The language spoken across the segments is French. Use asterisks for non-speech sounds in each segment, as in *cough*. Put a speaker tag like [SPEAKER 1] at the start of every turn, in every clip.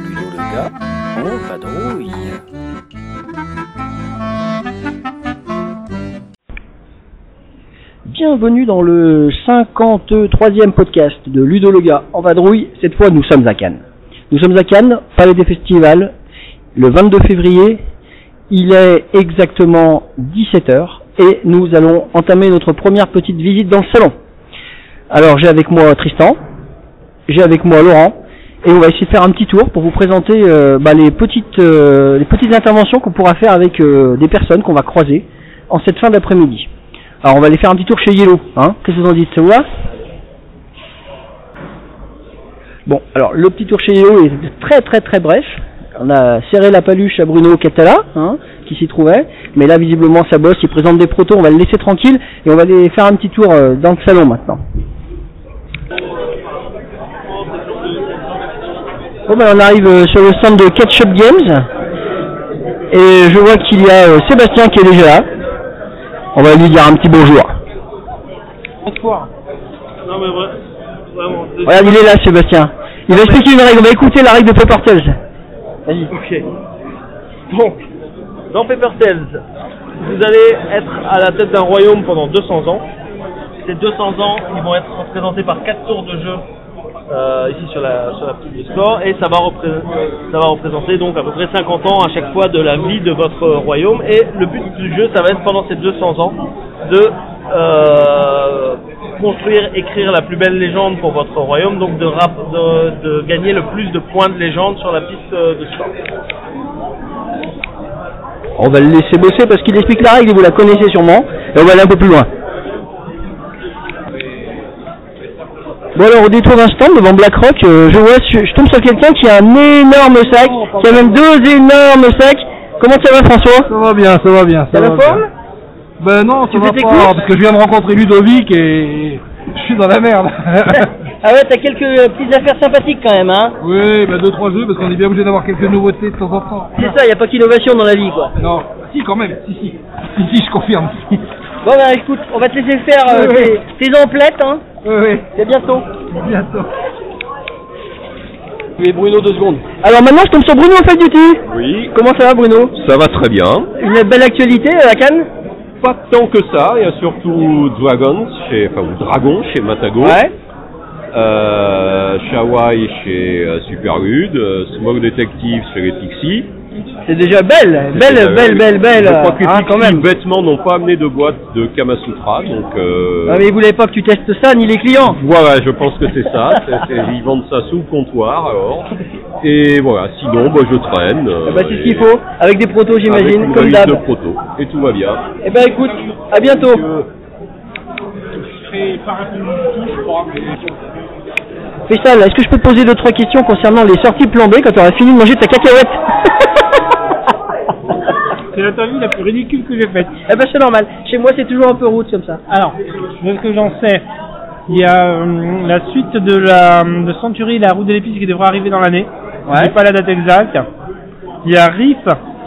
[SPEAKER 1] Ludo le gars, on vadrouille.
[SPEAKER 2] Bienvenue dans le 53e podcast de Ludologa en vadrouille. Cette fois, nous sommes à Cannes. Nous sommes à Cannes, Palais des Festivals, le 22 février. Il est exactement 17h et nous allons entamer notre première petite visite dans le salon. Alors, j'ai avec moi Tristan, j'ai avec moi Laurent et on va essayer de faire un petit tour pour vous présenter euh, bah, les, petites, euh, les petites interventions qu'on pourra faire avec euh, des personnes qu'on va croiser en cette fin d'après-midi. Alors on va aller faire un petit tour chez Yellow, hein Qu'est-ce que vous en dites, ça vous va Bon, alors le petit tour chez Yellow est très très très bref. On a serré la paluche à Bruno Catala, hein, qui s'y trouvait, mais là visiblement ça bosse, il présente des protos, on va le laisser tranquille et on va aller faire un petit tour euh, dans le salon maintenant. Bon ben on arrive euh, sur le stand de Ketchup Games et je vois qu'il y a euh, Sébastien qui est déjà là. On va lui dire un petit bonjour.
[SPEAKER 3] Non mais vrai- vraiment. c'est-
[SPEAKER 2] Regarde, il est là, Sébastien. Il va expliquer une règle. On va écouter la règle de Pepper Tales. Vas-y.
[SPEAKER 3] Ok. Donc, dans Paper Tales, vous allez être à la tête d'un royaume pendant 200 ans. Ces 200 ans, ils vont être représentés par quatre tours de jeu euh, ici sur la, sur la petite histoire et ça va, repré- ça va représenter donc à peu près 50 ans à chaque fois de la vie de votre euh, royaume et le but du jeu, ça va être pendant ces 200 ans de euh, construire, écrire la plus belle légende pour votre royaume, donc de, rap- de, de gagner le plus de points de légende sur la piste euh, de sport.
[SPEAKER 2] On va le laisser bosser parce qu'il explique la règle et vous la connaissez sûrement. Et on va aller un peu plus loin. Bon alors au détour d'un stand devant BlackRock, euh, je vois, je, je tombe sur quelqu'un qui a un énorme sac, qui a même deux énormes sacs. Comment ça va François
[SPEAKER 4] Ça va bien, ça va bien. Ça
[SPEAKER 2] T'as la
[SPEAKER 4] va
[SPEAKER 2] forme
[SPEAKER 4] bien. Ben non, ça
[SPEAKER 2] Tu
[SPEAKER 4] va
[SPEAKER 2] fais tes
[SPEAKER 4] pas,
[SPEAKER 2] courses
[SPEAKER 4] parce que je viens de rencontrer Ludovic et je suis dans la merde.
[SPEAKER 2] Ah ouais, t'as quelques euh, petites affaires sympathiques quand même, hein
[SPEAKER 4] oui, ben deux trois jeux, parce qu'on est bien obligé d'avoir quelques nouveautés de temps en temps.
[SPEAKER 2] C'est ça, y a pas qu'innovation dans la vie quoi.
[SPEAKER 4] Non, si quand même, si si. Si si, je confirme. si.
[SPEAKER 2] Bon ben écoute, on va te laisser faire euh,
[SPEAKER 4] Oui, oui.
[SPEAKER 2] tes, tes emplettes, hein
[SPEAKER 4] oui, oui,
[SPEAKER 2] C'est bientôt.
[SPEAKER 4] bientôt.
[SPEAKER 2] Alors maintenant, je tombe sur Bruno Fat Duty.
[SPEAKER 5] Oui,
[SPEAKER 2] Comment ça va, Bruno
[SPEAKER 5] ça va très bien.
[SPEAKER 2] Une belle actualité euh, à la Cannes
[SPEAKER 5] Pas tant que ça, il y a surtout Dragons, chez, enfin, ou Dragon chez Matago, euh, Shawai chez euh, Superud, euh, Smoke Detective chez les Pixies.
[SPEAKER 2] C'est déjà belle, belle,
[SPEAKER 5] Euh,
[SPEAKER 2] belle, belle, belle.
[SPEAKER 5] Je crois que les
[SPEAKER 2] hein,
[SPEAKER 5] Pixies,
[SPEAKER 2] quand même.
[SPEAKER 5] bêtement, n'ont pas amené de boîte de Kamasutra, donc euh,
[SPEAKER 2] Ah, mais vous voulez pas que tu testes ça, ni les clients.
[SPEAKER 5] voilà, je pense que c'est ça. c'est- c'est- ils vendent ça sous le comptoir, alors. Et voilà, sinon, bah, je traîne. euh,
[SPEAKER 2] Eh ben, c'est ce
[SPEAKER 5] et-
[SPEAKER 2] qu'il faut, avec des protos,
[SPEAKER 5] avec
[SPEAKER 2] j'imagine,
[SPEAKER 5] une
[SPEAKER 2] comme
[SPEAKER 5] valise
[SPEAKER 2] d'hab.
[SPEAKER 5] de proto, et tout va bien.
[SPEAKER 2] Eh ben écoute, à bientôt. Faisal, est-ce que je peux te poser deux trois questions concernant les sorties plan B quand tu auras fini de manger ta cacahuète
[SPEAKER 5] *laughs*
[SPEAKER 6] C'est l'interview la plus ridicule que j'ai faite.
[SPEAKER 2] Eh ben c'est normal, chez moi c'est toujours un peu route comme ça.
[SPEAKER 6] Alors, de ce que j'en sais, il y a euh, la suite de la de Century, la route de l'épice qui devrait arriver dans l'année. Ouais. J'ai pas la date exacte. Il y a Riff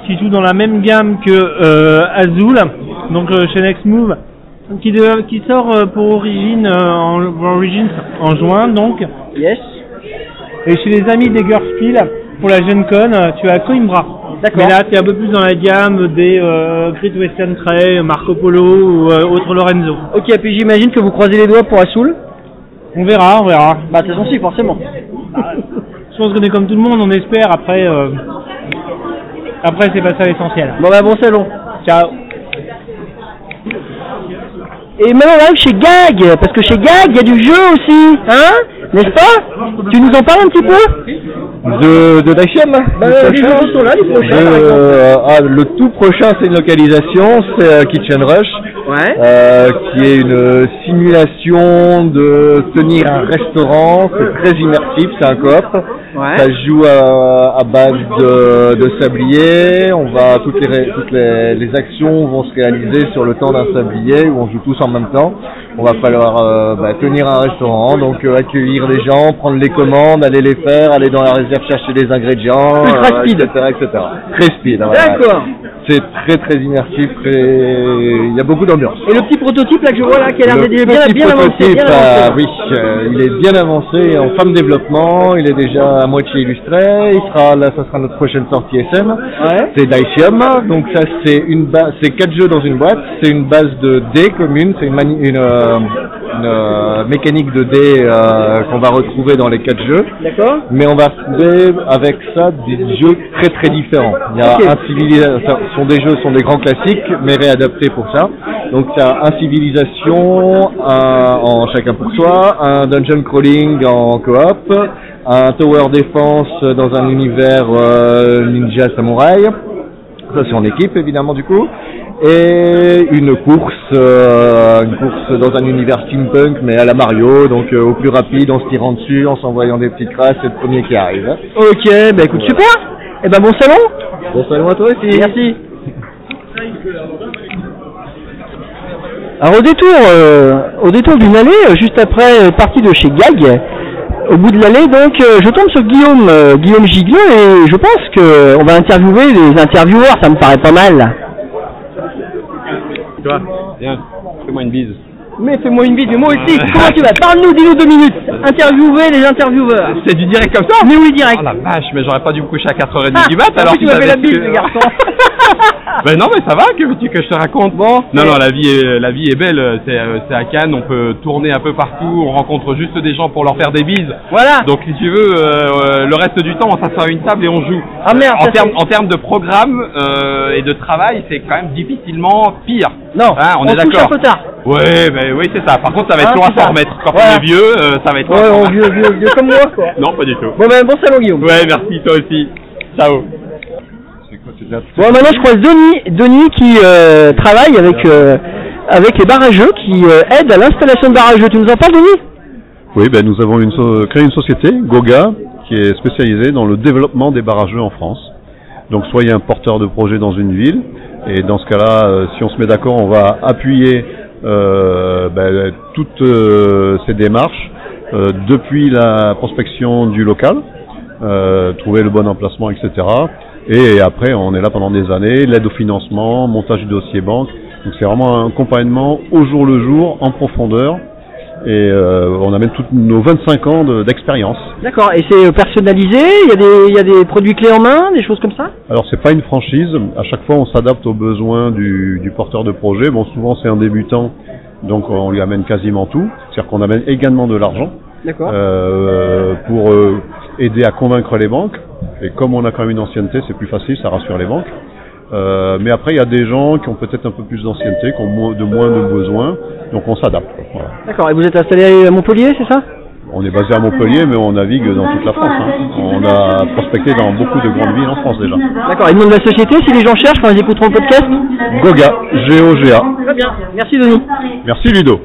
[SPEAKER 6] qui joue dans la même gamme que euh, Azul, donc euh, chez Next Move, qui, de- qui sort euh, pour Origin euh, en, pour Origins en juin donc.
[SPEAKER 2] Yes.
[SPEAKER 6] Et chez les amis des Girlspiel, pour la Gen Con, euh, tu as Coimbra.
[SPEAKER 2] D'accord.
[SPEAKER 6] Mais là, tu es un peu plus dans la gamme des euh, Great Western Trail, Marco Polo ou euh, autre Lorenzo.
[SPEAKER 2] Ok, puis j'imagine que vous croisez les doigts pour Assoul.
[SPEAKER 6] On verra, on verra.
[SPEAKER 2] Bah de toute façon si, forcément.
[SPEAKER 6] Je pense qu'on est comme tout le monde, on espère. Après, euh, après c'est pas ça l'essentiel.
[SPEAKER 2] Bon bah bon salon.
[SPEAKER 6] Ciao.
[SPEAKER 2] Et maintenant on arrive chez Gag, parce que chez Gag il y a du jeu aussi, hein N'est-ce pas Tu nous en parles un petit peu
[SPEAKER 7] De, de Dachem
[SPEAKER 2] Bah,
[SPEAKER 7] De
[SPEAKER 2] les
[SPEAKER 7] Dachem
[SPEAKER 2] jeux sont là, les prochains,
[SPEAKER 7] De-
[SPEAKER 2] par exemple.
[SPEAKER 7] euh, ah, Le tout prochain, c'est une localisation, c'est euh, Kitchen Rush.
[SPEAKER 6] Ouais.
[SPEAKER 5] euh, qui est une simulation de tenir un restaurant. C'est très immersif, c'est un coop.
[SPEAKER 6] Ouais.
[SPEAKER 5] Ça se joue à, à base de, de sablier. On va toutes les ré- toutes les, les actions vont se réaliser sur le temps d'un sablier où on joue tous en même temps. On va falloir euh, bah, tenir un restaurant, donc euh, accueillir les gens, prendre les commandes, aller les faire, aller dans la réserve chercher les ingrédients,
[SPEAKER 2] Ultra
[SPEAKER 5] euh,
[SPEAKER 2] speed.
[SPEAKER 5] etc., etc. Très speed. hein, voilà.
[SPEAKER 2] D'accord.
[SPEAKER 5] C'est très très immersif. Très... Il y a beaucoup d'ambiance.
[SPEAKER 2] Et le petit prototype là que je vois là, qui a l'air
[SPEAKER 5] Le
[SPEAKER 2] d'être bien,
[SPEAKER 5] petit
[SPEAKER 2] bien avancé,
[SPEAKER 5] prototype,
[SPEAKER 2] bien avancé.
[SPEAKER 5] ah oui, euh, il est bien avancé en fin de développement, il est déjà à moitié illustré, il sera là, ça sera notre prochaine sortie SM. C'est Daicium, donc ça c'est une base, c'est quatre jeux dans une boîte, c'est une base de dés commune, c'est une, mani- une, euh, une, euh, mécanique de dés euh, qu'on va retrouver dans les quatre jeux.
[SPEAKER 2] D'accord.
[SPEAKER 5] Mais on va retrouver avec ça des jeux très très différents. Il y a
[SPEAKER 2] Ok.
[SPEAKER 5] un civilisation, sont des jeux, sont des grands classiques, mais réadaptés pour ça. Donc il y a un civilisation un en chacun pour soi, un dungeon crawling en coop, un tower défense dans un univers euh, ninja samouraï. Ça c'est en équipe évidemment du coup. Et une course, euh, une course dans un univers steampunk mais à la Mario, donc euh, au plus rapide en se tirant dessus, en s'envoyant des petites crasses, c'est le premier qui arrive. hein.
[SPEAKER 2] Ok, bah écoute,
[SPEAKER 5] Voilà.
[SPEAKER 2] super. Et ben bon salon.
[SPEAKER 5] Bon salon à toi aussi
[SPEAKER 2] Merci. Alors au détour, euh, au détour d'une allée, euh, juste après euh, partie de chez Gag, au bout de l'allée, donc euh, je tombe sur Guillaume, euh, Guillaume Giglio, et je pense que on va interviewer les intervieweurs, ça me paraît pas mal.
[SPEAKER 8] Toi, viens, fais-moi une bise.
[SPEAKER 2] Mais fais-moi une bise, mais moi aussi, comment tu vas Parle-nous, dis-nous deux minutes. Interviewer les intervieweurs.
[SPEAKER 4] C'est du direct comme ça
[SPEAKER 2] Mais oui, direct.
[SPEAKER 4] Oh la vache, mais j'aurais pas dû me coucher à 4h30
[SPEAKER 2] Ah,
[SPEAKER 4] du mat
[SPEAKER 2] en
[SPEAKER 4] alors
[SPEAKER 2] plus, tu
[SPEAKER 4] si
[SPEAKER 2] m'as fait la
[SPEAKER 4] t'avais su
[SPEAKER 2] bise,
[SPEAKER 4] que-
[SPEAKER 2] le garçon.
[SPEAKER 4] *laughs* ben non, mais ça va, que veux-tu que je te raconte Bon. Non, non, la vie est, la vie est belle, c'est euh, c'est à Cannes, on peut tourner un peu partout, on rencontre juste des gens pour leur faire des bises.
[SPEAKER 2] Voilà.
[SPEAKER 4] Donc si tu veux, euh, euh, le reste du temps, on s'assoit à une table et on joue.
[SPEAKER 2] Ah merde,
[SPEAKER 4] En
[SPEAKER 2] ça,
[SPEAKER 4] termes
[SPEAKER 2] c'est-
[SPEAKER 4] en termes de programme euh, et de travail, c'est quand même difficilement pire.
[SPEAKER 2] Non,
[SPEAKER 4] Hein, on, est
[SPEAKER 2] touche un
[SPEAKER 4] d'accord.
[SPEAKER 2] peu tard.
[SPEAKER 4] Ouais, ben oui, c'est ça. Par contre, ça va être
[SPEAKER 2] Hein,
[SPEAKER 4] long
[SPEAKER 2] c'est
[SPEAKER 4] à
[SPEAKER 2] ça.
[SPEAKER 4] s'en remettre. Quand
[SPEAKER 2] Voilà.
[SPEAKER 4] on est vieux, euh, ça va être long à
[SPEAKER 2] Ouais,
[SPEAKER 4] s'en
[SPEAKER 2] on
[SPEAKER 4] remettre.
[SPEAKER 2] vieux, vieux, vieux comme moi, quoi.
[SPEAKER 4] Non, pas du tout.
[SPEAKER 2] Bon ben bon salon, Guillaume.
[SPEAKER 4] Ouais, merci, toi aussi. Ciao.
[SPEAKER 2] Bon, maintenant je croise Denis, Denis qui euh, travaille avec, euh, avec les barrageux, qui euh, aide à l'installation de barrageux. Tu nous en parles, Denis
[SPEAKER 9] Oui, ben, nous avons une so- créé une société, Goga, qui est spécialisée dans le développement des barrageux en France. Donc soyez un porteur de projet dans une ville, et dans ce cas-là, euh, si on se met d'accord, on va appuyer euh, ben, toutes euh, ces démarches euh, depuis la prospection du local, euh, trouver le bon emplacement, etc. Et après, on est là pendant des années, l'aide au financement, montage du dossier banque. Donc c'est vraiment un accompagnement au jour le jour, en profondeur, et euh, on amène tous nos 25 ans de- d'expérience.
[SPEAKER 2] D'accord, et c'est euh, personnalisé, il y, a des- il y a des produits clés en main, des choses comme ça
[SPEAKER 9] Alors c'est pas une franchise, à chaque fois on s'adapte aux besoins du, du porteur de projet. Bon souvent c'est un débutant, donc on lui amène quasiment tout, c'est-à-dire qu'on amène également de l'argent
[SPEAKER 2] D'accord.
[SPEAKER 9] euh, pour euh, aider à convaincre les banques. Et comme on a quand même une ancienneté, c'est plus facile, ça rassure les banques. Euh, mais après il y a des gens qui ont peut-être un peu plus d'ancienneté, qui ont moins- de moins de besoins, donc on s'adapte. quoi. Voilà.
[SPEAKER 2] D'accord, et vous êtes installé à Montpellier, c'est ça
[SPEAKER 9] On est basé à Montpellier, mais on navigue dans toute la France. hein. On a prospecté dans beaucoup de grandes villes en France déjà.
[SPEAKER 2] D'accord, et le nom de la société, si les gens cherchent, quand ils écouteront le podcast
[SPEAKER 9] Goga, G-O-G-A.
[SPEAKER 2] Très bien, merci Denis.
[SPEAKER 9] Merci Ludo.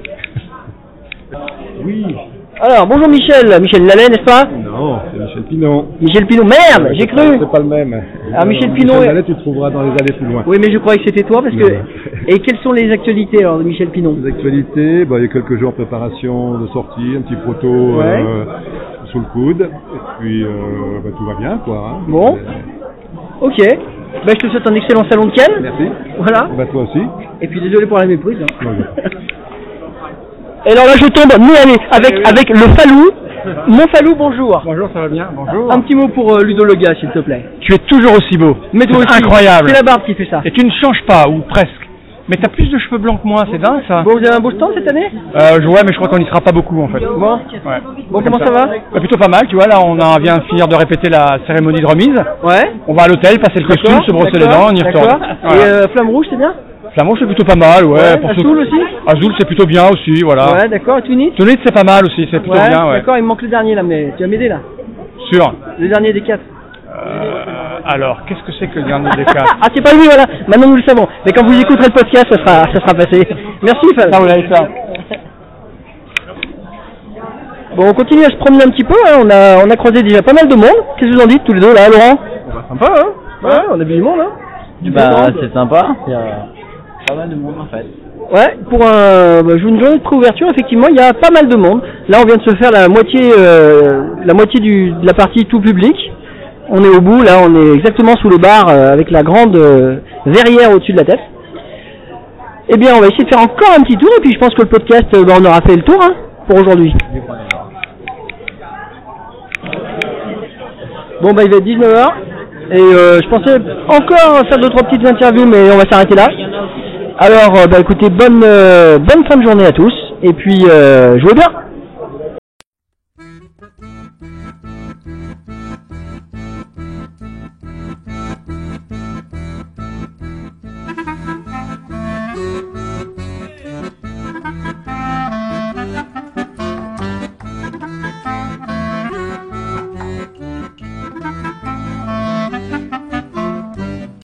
[SPEAKER 2] Alors, bonjour Michel, Michel Lallet, n'est-ce pas
[SPEAKER 8] Non, c'est Michel Pinon.
[SPEAKER 2] Michel Pinon,
[SPEAKER 6] Ah,
[SPEAKER 2] merde, j'ai cru
[SPEAKER 8] C'est pas le même.
[SPEAKER 2] Ah, Michel Pinon est-
[SPEAKER 6] euh,
[SPEAKER 8] Lallet, tu le trouveras dans les allées plus loin.
[SPEAKER 2] Oui, mais je croyais que c'était toi, parce que...
[SPEAKER 8] Non.
[SPEAKER 2] *laughs* Et quelles sont les actualités, alors, de Michel Pinon
[SPEAKER 8] Les actualités, bah, il y a quelques jours de préparation de sortie, un petit proto euh, sous le coude, et puis euh, bah, tout va bien quoi. hein.
[SPEAKER 2] Bon. Ok. Bah, je te souhaite un excellent salon de Cannes.
[SPEAKER 8] Merci.
[SPEAKER 2] Voilà.
[SPEAKER 8] Bah, toi aussi.
[SPEAKER 2] Et puis désolé pour la méprise. hein.
[SPEAKER 8] Non, non.
[SPEAKER 2] Et alors là, je tombe, mais allez, avec, avec le *laughs* Falou. Mon Falou, Eh bonjour.
[SPEAKER 8] Bonjour, ça va bien Bonjour.
[SPEAKER 2] Un petit mot pour euh, Ludo Lega, s'il te plaît.
[SPEAKER 6] Tu es toujours aussi beau.
[SPEAKER 2] *laughs* Mais toi aussi.
[SPEAKER 6] Incroyable.
[SPEAKER 2] C'est la barbe qui fait ça.
[SPEAKER 6] Et tu ne changes pas, ou presque. Mais t'as plus de cheveux blancs que moi, c'est dingue ça.
[SPEAKER 2] Bon, vous avez un beau stand cette année
[SPEAKER 6] Euh, je- ouais, mais je crois qu'on n'y sera pas beaucoup en fait.
[SPEAKER 2] Bon.
[SPEAKER 6] Ouais.
[SPEAKER 2] Bon, comment ça va
[SPEAKER 6] Bah, plutôt pas mal, tu vois. Là, on a- vient de finir de répéter la cérémonie de remise.
[SPEAKER 2] Ouais.
[SPEAKER 6] On va à l'hôtel, passer le costume,
[SPEAKER 2] D'accord,
[SPEAKER 6] se brosser les
[SPEAKER 2] d'accord,
[SPEAKER 6] dents, on y
[SPEAKER 2] d'accord.
[SPEAKER 6] retourne.
[SPEAKER 2] Et
[SPEAKER 6] Voilà.
[SPEAKER 2] euh, Flamme Rouge, c'est bien
[SPEAKER 6] Flamand, c'est plutôt pas mal, ouais.
[SPEAKER 2] Ouais,
[SPEAKER 6] pour
[SPEAKER 2] Azul aussi
[SPEAKER 6] Azul, c'est plutôt bien aussi, voilà.
[SPEAKER 2] Ouais, d'accord. Et Tunis
[SPEAKER 6] Solide, c'est pas mal aussi, c'est plutôt Ah. bien, ouais.
[SPEAKER 2] d'accord. Il me manque le dernier là, mais tu vas m'aider là.
[SPEAKER 6] Sûr.
[SPEAKER 2] Le dernier des quatre.
[SPEAKER 6] Euh,
[SPEAKER 10] alors, qu'est-ce que c'est que le dernier des quatre
[SPEAKER 2] Ah, c'est pas lui, voilà. Maintenant, nous le savons. Mais quand vous écouterez le podcast, ça sera, ça sera passé. Merci, Fab. Bon, on continue à se promener un petit peu. hein. On, a, on a croisé déjà pas mal de monde. Qu'est-ce que vous en dites, tous les deux, là, Laurent Sympa, hein Ouais, on a vu du monde, hein
[SPEAKER 11] Bah, c'est sympa. Il y a pas mal de monde en fait.
[SPEAKER 2] Ouais, pour un, bah, une journée de préouverture, effectivement, il y a pas mal de monde. Là, on vient de se faire la moitié, euh, la moitié du, de la partie tout public. On est au bout, là, on est exactement sous le bar euh, avec la grande euh, verrière au-dessus de la tête. Eh bien, on va essayer de faire encore un petit tour et puis je pense que le podcast, euh, bah, on aura fait le tour hein, pour aujourd'hui. Bon, bah, il va être 19h et euh, je pensais encore faire deux trois petites interviews, mais on va s'arrêter là. Alors, euh, bah, écoutez, bonne, euh, bonne fin de journée à tous et puis euh, jouez bien.